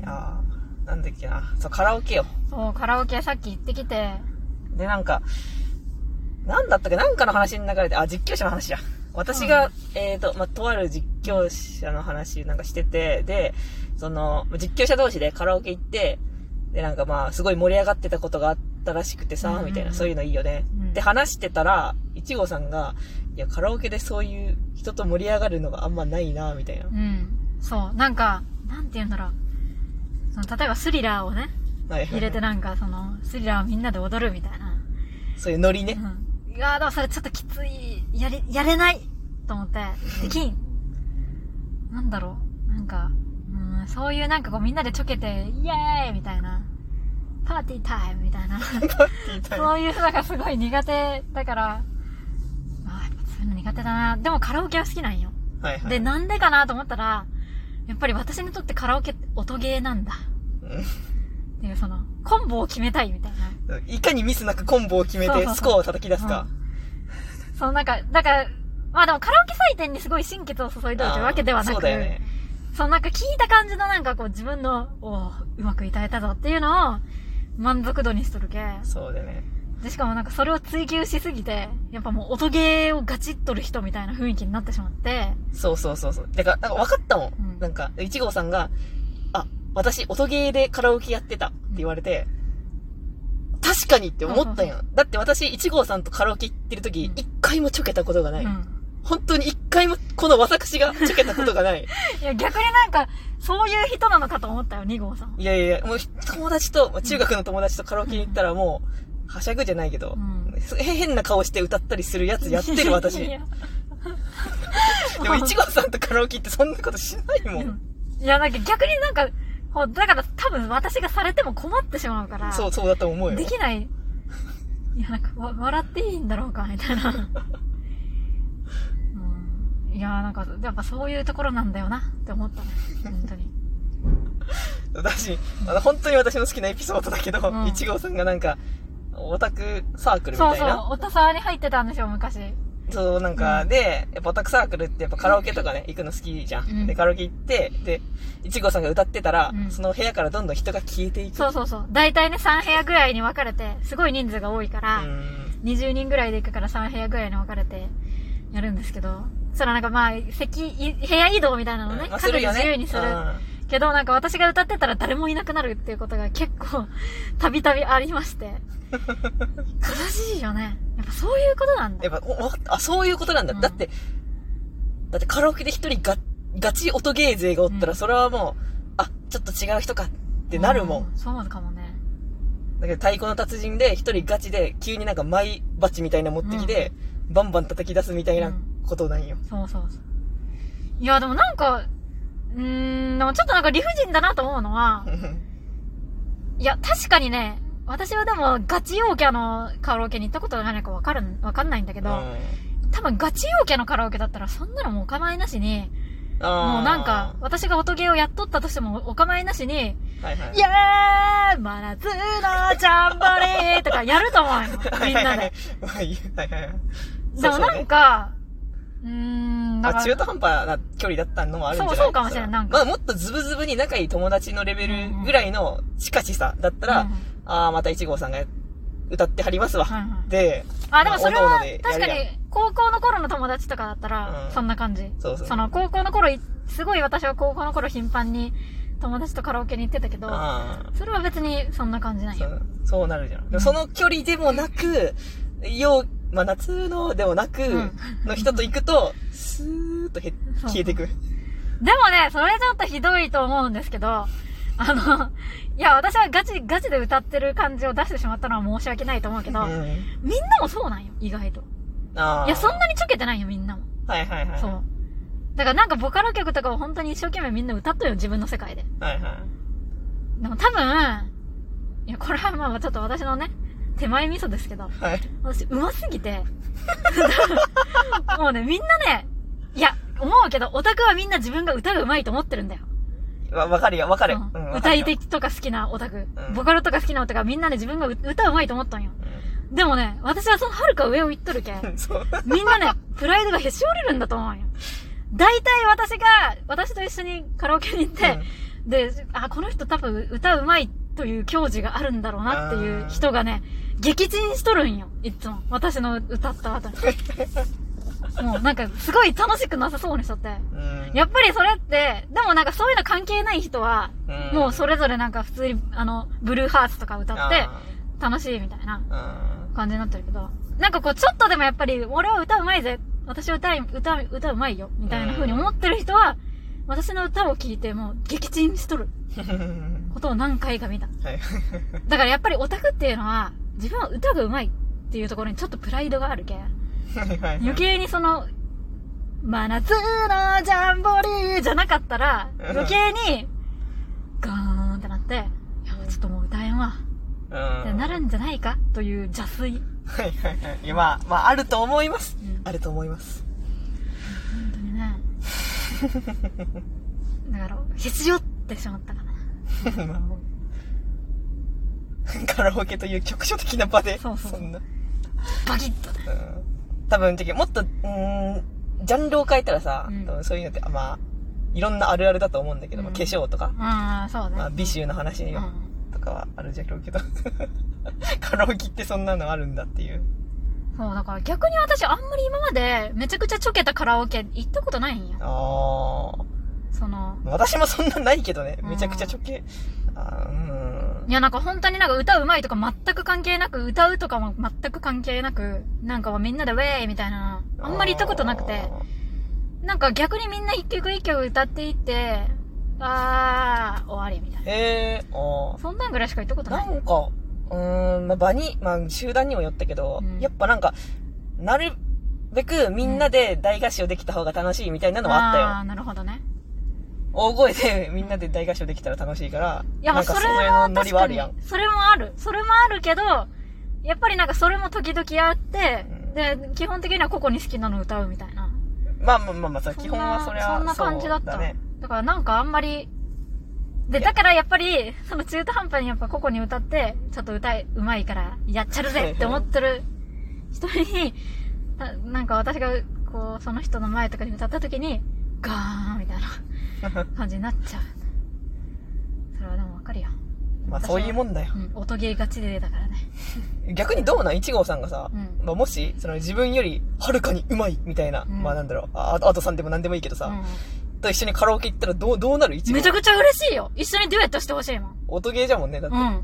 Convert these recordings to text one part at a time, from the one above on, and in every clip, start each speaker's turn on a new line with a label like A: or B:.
A: いやーなんだっけなそうカラオケよ
B: そう、カラオケさっき行ってきて、
A: でなんかなんだったっけなんかの話の流れであ実況者の話や私が、えっ、と、まあ、とある実況者の話なんかしてて、で、その、まあ実況者同士でカラオケ行って、で、なんかまあ、すごい盛り上がってたことがあったらしくて
B: うんうん
A: さ
B: う、ん
A: みたいな、そういうのいいよね。
B: うん
A: で、話してたら、いちごさんが、いや、カラオケでそういう人と盛り上がるのがあんまないな、みたいな
B: う。ん。そう、なんか、なんて言うんだろう。その、例えばスリラーをね、
A: はい
B: 入れてなんか、その、スリラーをみんなで踊るみたいな。
A: そういうノリね。
B: うん。いやーでもそれちょっときつい。やれ、やれないと思って、できん。なんだろう。なんか、うん、そういうなんかこうみんなでちょけて、イエーイみたいな。パーティータイムみたいな。 そういうのがすごい苦手だから、まあ、やっぱそういうの苦手だな。でもカラオケは好きなんよ。
A: はいはい。
B: で、なんでかなと思ったら、やっぱり私にとってカラオケって音ゲーなんだ。
A: うん
B: っていうその、コンボを決めたいみたいな。
A: いかにミスなくコンボを決め
B: そうそう
A: て
B: そう
A: スコアを叩き出すか。
B: そのなんか、だから、まあでもカラオケ採点にすごい心血を注いでるというわけではな
A: あーそ
B: く、
A: うだよね。
B: そのなんか聞いた感じのなんかこう自分の、おーうまく歌えたぞっていうのを満足度にしとるけ。
A: そうだよね。
B: で、しかもなんかそれを追求しすぎて、やっぱもう音ゲーをガチっとる人みたいな雰囲気になってしまって、
A: そうそうそうそう。だから、なんか分かったもん。
B: うん
A: なんか、いちごさんが、あ、私、音ゲーでカラオケやってたって言われて、確かにって思ったんやん。だって私、いちごさんとカラオケ行ってる時、
B: うん
A: 一回もちょけたことがない。
B: うん。
A: 本当に一回も、この私が ちょけたことがない。
B: いや、逆になんか、そういう人なのかと思ったよ、2号さん。
A: いやいやいや、もう友達と、まあ中学の友達とカラオケに行ったらもう、はしゃぐじゃないけど、
B: うん
A: 変な顔して歌ったりするやつやってる私。
B: いやい
A: で
B: や
A: も、いちごさんとカラオケ行ってそんなことしないもん。
B: いや、なんか逆になんか、ほだから多分私がされても困ってしまうから、
A: そう、そうだと思うよ
B: で。きない。いや、なんか、わ、笑っていいんだろうか、みた いな。うん、いや、なんか、やっぱそういうところなんだよな、って思ったね。本当に。
A: 私、あの、本当に私の好きなエピソードだけど、
B: うん
A: いちごさんがなんか、オタクサークルみ
B: そう
A: たい
B: そう
A: な。、
B: おたさわに入ってたんですよ、昔。
A: そうなんか、
B: うん
A: で、やっぱオタクサークルってやっぱカラオケとかね、行くの好きじゃん。
B: うん
A: で、カラオケ行って、で、いちごさんが歌ってたら、
B: うん
A: その部屋からどんどん人が消えていく。
B: そうそうそう。だいたいね、3部屋ぐらいに分かれて、すごい人数が多いから、
A: うん
B: 20人ぐらいで行くから3部屋ぐらいに分かれてやるんですけど、そらなんかまあ、席、い部屋移動みたいなのね、
A: まあ
B: 各
A: す
B: 自
A: るよね
B: 自由にする。
A: うん
B: けどなんか私が歌ってたら誰もいなくなるっていうことが結構 たびたびありまして 悲しいよねやっぱそういうことなんだ
A: やっぱ、おおあ、そういうことなんだ。
B: うん
A: だって、だってカラオケで一人が、ガチ音ゲー勢がおった
B: う
A: ら、
B: ん
A: それはもう、あ、ちょっと違う人かってなるもん。
B: うそうかもね
A: だけど、太鼓の達人で一人ガチで、急になんかマイバチみたいなの持ってきて、バンバン叩き出すみたいなことなん よ。
B: そうそうそういやでもなんかうーんでもちょっとなんか理不尽だなと思うのはいや確かにね私はでもガチ陽キャのカラオケに行ったことがないのかわかるわかんないんだけ
A: うん
B: ど、多分ガチ陽キャのカラオケだったらそんなのもうお構いなしにもうなんか、私が音ゲーをやっとったとしてもお構いなしに
A: はいはい。
B: イエーイ真夏のジャンボリーとかやると思 うよ、みんなで。。
A: はいはいはい。
B: でもなんか、うーん、だ
A: あ、
B: か
A: 中
B: ら、
A: 途半端な距離だったのもあるんじゃない
B: そうそうかもしれんなんか
A: まあ、もっとズブズブに仲いい友達のレベルぐらいの、しかしさ、だったら、
B: うんうん
A: ああ、また一号さんが歌ってはりますわ。
B: うんうん
A: で、
B: あ、でもそれ
A: まあ
B: は
A: おのおのでやる
B: 確かに
A: やん
B: 高校の頃の友達とかだったら
A: うん、
B: そんな感じ。
A: そうそう
B: の高校の頃い、すごい私は高校の頃頻繁に友達とカラオケに行ってたけど、
A: あ
B: それは別にそんな感じな
A: あ
B: い
A: そ
B: よ。
A: うそうなるじゃん。でもその距離でもなく、よう、まあ、夏のでもなく、
B: ん
A: の人と行くと、スーッとへ
B: そう
A: 消えていく。
B: でもね、それちょっとひどいと思うんですけど、あの、いや、私はガチ、ガチで歌ってる感じを出してしまったのは申し訳ないと思うけど、
A: ん。
B: みんなもそうなんよ、意外と。
A: ああ。
B: いや、そんなにちょけてないよ、みんなも。
A: はいはいはい。
B: そう。だからなんかボカロ曲とかを本当に一生懸命みんな歌っとるよ、自分の世界で。
A: はいはい。
B: でも多分、いや、これはまあちょっと私のね、手前味噌ですけど、
A: はい。
B: 私、うますぎて。 もうね、みんなね、いや、思うけど、オタクはみんな自分が歌が上手いと思ってるんだよ。
A: わ、わかるよ、わかる。
B: う
A: うんん
B: 歌い。手とか好きなオタク、
A: うん
B: ボカロとか好きなオタクはみんなね、自分が歌歌うまいと思ったんよ。
A: わかる
B: でもね、私はその遥か上を行っとるけん
A: う。んそう。
B: みんなね、プライドがへし折れるんだと思うんよ。大体私が、私と一緒にカラオケに行って、
A: うん
B: で、あ、この人多分歌うまいという教示があるんだろうなっていう人がね、激沈しとるんよ。いつも。私の歌っ た後に。もうなんかすごい楽しくなさそうにしとって。
A: うん。
B: やっぱりそれって、でもなんかそういうの関係ない人は、
A: うん
B: もうそれぞれなんか普通に、あの、ブルーハーツとか歌って、楽しいみたいな
A: あ
B: 感じになってるけど、なんかこうちょっとでもやっぱり、俺は歌うまいぜ、私は歌い、歌う、歌うまいよ、みたいな風に思ってる人は、私の歌を聴いてもう激沈しとる
A: ーうん
B: ことを何回か見た。
A: はい。
B: だからやっぱりオタクっていうのは、自分は歌がうまいっていうところにちょっとプライドがあるけん。
A: はいはい
B: 余計にその、真夏のジャンボリーじゃなかったら、
A: うん
B: 余計に、ガーンってなって、いや、ちょっともう歌えんわ。っ
A: う
B: て
A: ん。
B: なるんじゃないかという邪推。
A: はいはいはいいや。まあ、まあ、あると思います
B: うん。
A: あると思います。
B: 本当にね。だから、へし折ってしまったか な。
A: まあもうカラオケという局所的な場で、
B: そうそうん
A: な。うん
B: バキッとね。
A: 多分、てかもっと、うーん、ジャンルを変えたらさ、
B: うん
A: 多分そういうのって、あまあ、いろんなあるあるだと思うんだけど、まあ
B: うん
A: 化粧とか、
B: ああ、そうね。
A: まあ、美醜の話に
B: う
A: は、
B: ん
A: とかはあるじゃろうけど、 カラオケってそんなのあるんだっていう。
B: そう、だから逆に私あんまり今までめちゃくちゃちょけたカラオケ行ったことないんよ。
A: ああ。
B: その、
A: 私もそんなないけどね。めちゃくちゃ直径。あーう
B: いやなんか本当になんか歌うまいとか全く関係なく、歌うとかも全く関係なく、なんかもうみんなでウェーイみたいなの
A: ーん。
B: あんまり行ったことなくて、なんか逆にみんな一曲一曲歌っていって、あー、終わりみたいな。
A: ええー、あ
B: そんなんぐらいしか行ったこと
A: ー
B: な。
A: ないんか、うーん、まあ、場に、まあ、集団にもよったけど、
B: うん
A: やっぱなんか、なるべくみんなで大合唱できた方が楽しいみたいなのはあったよ。
B: あー、なるほどね。
A: 大声で みんなで大合唱できたら楽しいから、
B: いやま
A: な
B: あ
A: んか
B: それ
A: それ
B: も
A: のノリ
B: 確
A: は
B: か
A: ある
B: に
A: やん。、
B: それもある。それもあるけど、やっぱりなんかそれも時々あって
A: うん、
B: で、基本的には個々に好きなの歌うみたいな。
A: まあまあまあまあ、そう
B: そん
A: 基
B: な
A: 本はそれは
B: そんな感じだった
A: そうね。
B: だからなんかあんまり、で、
A: いや
B: だからやっぱり、その中途半端にやっぱここに歌って、ちょっと歌い、うまいから、やっちゃるぜって思ってる人に、ななんか私が、こう、その人の前とかに歌った時に、ガーンみたい な感じになっちゃう。それはでもわかるよ。
A: まあそういうもんだよ
B: う。ん、音ゲーガチでだからね。
A: 逆にどうなん一号さんがさ、
B: うん
A: まあ、もしその自分よりはるかにうまいみたいな、
B: うん
A: まあなんだろうああとさんでも何でもいいけどさ、
B: う
A: と一緒にカラオケ行ったらどうどうなる一
B: ん。
A: 号
B: めちゃくちゃ嬉しいよ。一緒にデュエットしてほしいも ん。
A: 音ゲーじゃもんねだって、
B: う
A: あ
B: ん。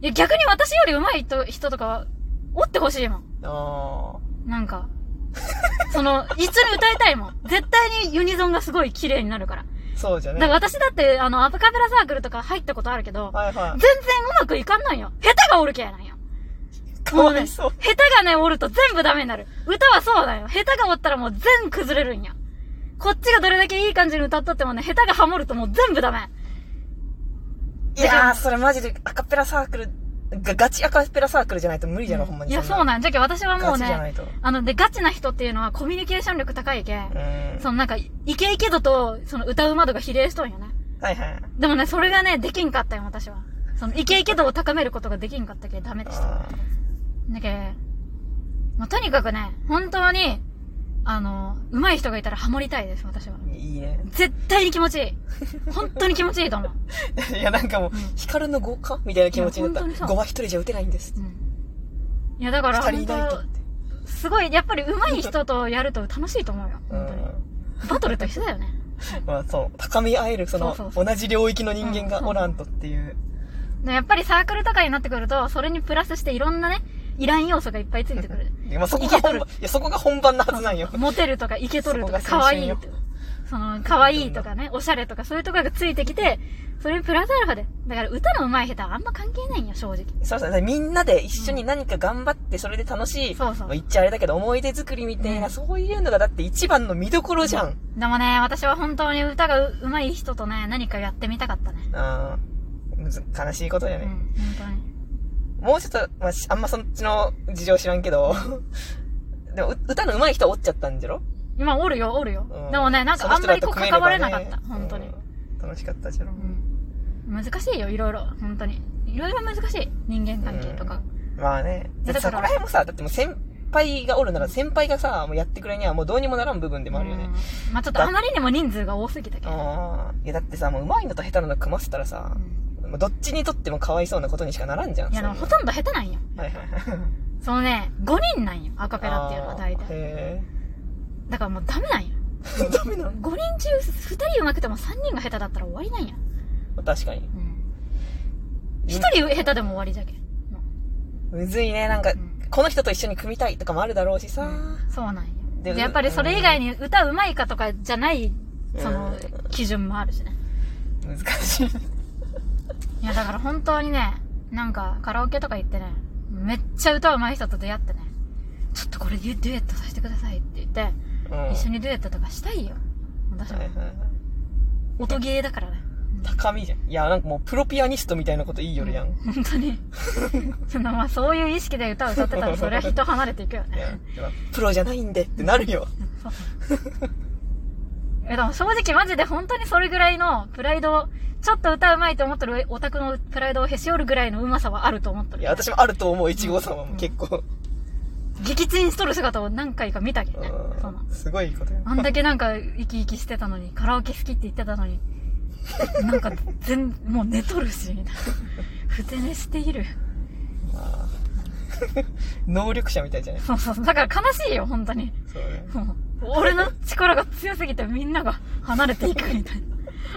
B: いや、逆に私より上手い人人とか、おってほしいもん。
A: あ
B: な んか、その、一緒に歌いたいもん。絶対にユニゾンがすごい綺麗になるから。
A: そうじゃ
B: だから
A: ね
B: 私だって、あの、アブカペラサークルとか入ったことあるけど、
A: はいは
B: 全
A: い
B: 然うまくいかんないよ。下手がおるけやなんよ。
A: か
B: もう
A: わ
B: ね、
A: いそ
B: 下
A: う
B: 手がね、おると全部ダメになる。歌はそうだよ。下手がおったらもう全崩れるんや。こっちがどれだけいい感じに歌っとってもね、下手がハモるともう全部ダメ。
A: いやーそれマジでアカペラサークルがガチアカペラサークルじゃないと無理じゃろ、ほんまに
B: いや、そう
A: な
B: なんじゃけ私はも
A: ガ
B: う
A: チじゃな
B: ね
A: い、とう
B: あの、で、ガチな人っていうのはコミュニケーション力高いけ、
A: ん
B: そのなんか、イケイケ度と、その歌うま度が比例しとんよね。
A: はいはい
B: でもね、それがね、できんかったよ、私は。その、イケイケ度を高めることができんかったけ、ダメでした。
A: あ
B: だけまあ、とにかくね、本当に、あの、上手い人がいたらハモりたいです、私は。
A: ーいいね
B: 絶対に気持ちいい。本当に気持ちいいと思う。
A: いやなんかもう、
B: うん
A: 光の豪華みたいな気持ちに
B: いや
A: な
B: 本
A: っ
B: 当に
A: た
B: そう
A: 5は一人じゃ打てないんです
B: うん。いや、だから、
A: 二人
B: 本
A: いないと
B: 当
A: って
B: すごい、やっぱり上手い人とやると楽しいと思うよ、
A: う
B: 本当に。
A: ん
B: バトルと一緒だよね。
A: まあそう、高め合える、その、
B: そうそう
A: 同じ領域の人間がおらんとっていう。
B: でやっぱりサークルとかになってくると、それにプラスしていろんなね、いらん要素がいっぱいついてくる。
A: いやまあそこ
B: い
A: が
B: けと
A: 本
B: る
A: 番、いや、そこが本番なはずなんよ。
B: モテるとか、イケとるとか、
A: そこが青
B: 可愛
A: 春
B: い
A: よ
B: とか、その、可愛いとかね、おしゃれとか、そういうところがついてきて、それにプラスアルファで。だから歌の上手い下手はあんま関係ないんよ、正直。
A: そうそう、みんなで一緒に何か頑張って、それで楽しい。
B: そうそう
A: まあ言っちゃあれだけど、思い出作りみたいな、
B: うん
A: そういうのがだって一番の見どころじゃん。
B: でもね、私は本当に歌がう上手い人とね、何かやってみたかったね。
A: あーむず悲しいことよ
B: うん、
A: ね。
B: 本当に。
A: もうちょっと、まあ、しあんまそっちの事情知らんけど、 でも、う歌の上手い人はおっちゃったんじゃろ、
B: 今おるよ、おるよ。
A: う
B: でもね、なんかあんまりこう
A: その人
B: 関わ
A: だ
B: れ
A: と
B: な
A: 組め
B: かっ
A: ば
B: た、
A: ね
B: 本当に。
A: うん楽しかったじゃろ。
B: うん難しいよ、いろいろ、本当に。いろいろ難しい、人間関係とか。
A: まあね。
B: いやだ
A: そ
B: か
A: こ
B: ら
A: ら辺もさ、だってもう先輩がおるなら先輩がさ、もうやってくれにはもうどうにもならん部分でもあるよね。
B: うんまあちょっとあまりにも人数が多すぎたけど。
A: ああ。いやだってさ、もう上手いのと下手なの組ませたらさ、もうどっちにとってもかわいそうなことにしかならんじゃ。
B: うんんいや、でも
A: そ
B: ほ
A: ん
B: とんど下手なんよ。
A: なはいはいはい。
B: そのね、5人なんよ、アカペラっていうのは大
A: あー
B: 体。
A: へ
B: だからもうダメなんよ。
A: え。 ダメなの
B: 5人中2人上手くても3人が下手だったら終わりなんや。
A: 確かに。
B: うん。1人下手でも終わりじゃけん。
A: むずいね。なんか
B: ん、
A: この人と一緒に組みたいとかもあるだろうしさ。
B: そうなんよ。
A: で
B: でやっぱりそれ以外に歌うまいかとかじゃない、その
A: う、
B: 基準もあるしね。
A: 難しい。
B: いや、だから本当にね、なんかカラオケとか行ってね、めっちゃ歌うまい人と出会ってね、ちょっとこれデュデュエットさせてくださいって言って、
A: うん
B: 一緒にデュエットとかしたいよ。私も
A: はい。はいはい
B: 音ゲーだからね。
A: 高みじゃん。いや、なんかもうプロピアニストみたいなこと言いよるやん。
B: 本当に。そのまあそういう意識で歌を歌っ てたら、それは人離れていくよ
A: いや
B: ね。
A: プロじゃないんでってなるよ。
B: そうえ、でも正直マジで本当にそれぐらいのプライドを、ちょっと歌うまいと思ってるオタクのプライドをへし折るぐらいのうまさはあると思ってる。
A: いや、私もあると思う、いちご様も結構。
B: 撃沈しとる姿を何回か見たけどね。その
A: うんすごいことや。
B: あんだけなんか生き生きしてたのに、カラオケ好きって言ってたのに、なんか全、もう寝とるし、みたいな。ふて寝している。
A: まあ 能力者みたいじゃない
B: そうそうそう。だから悲しいよ、本当に。
A: そうね。
B: もう俺の力が強すぎてみんなが離れていくみたいな。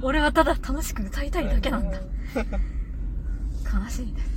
B: 俺はただ楽しく歌いたいだけなんだ。悲しいです。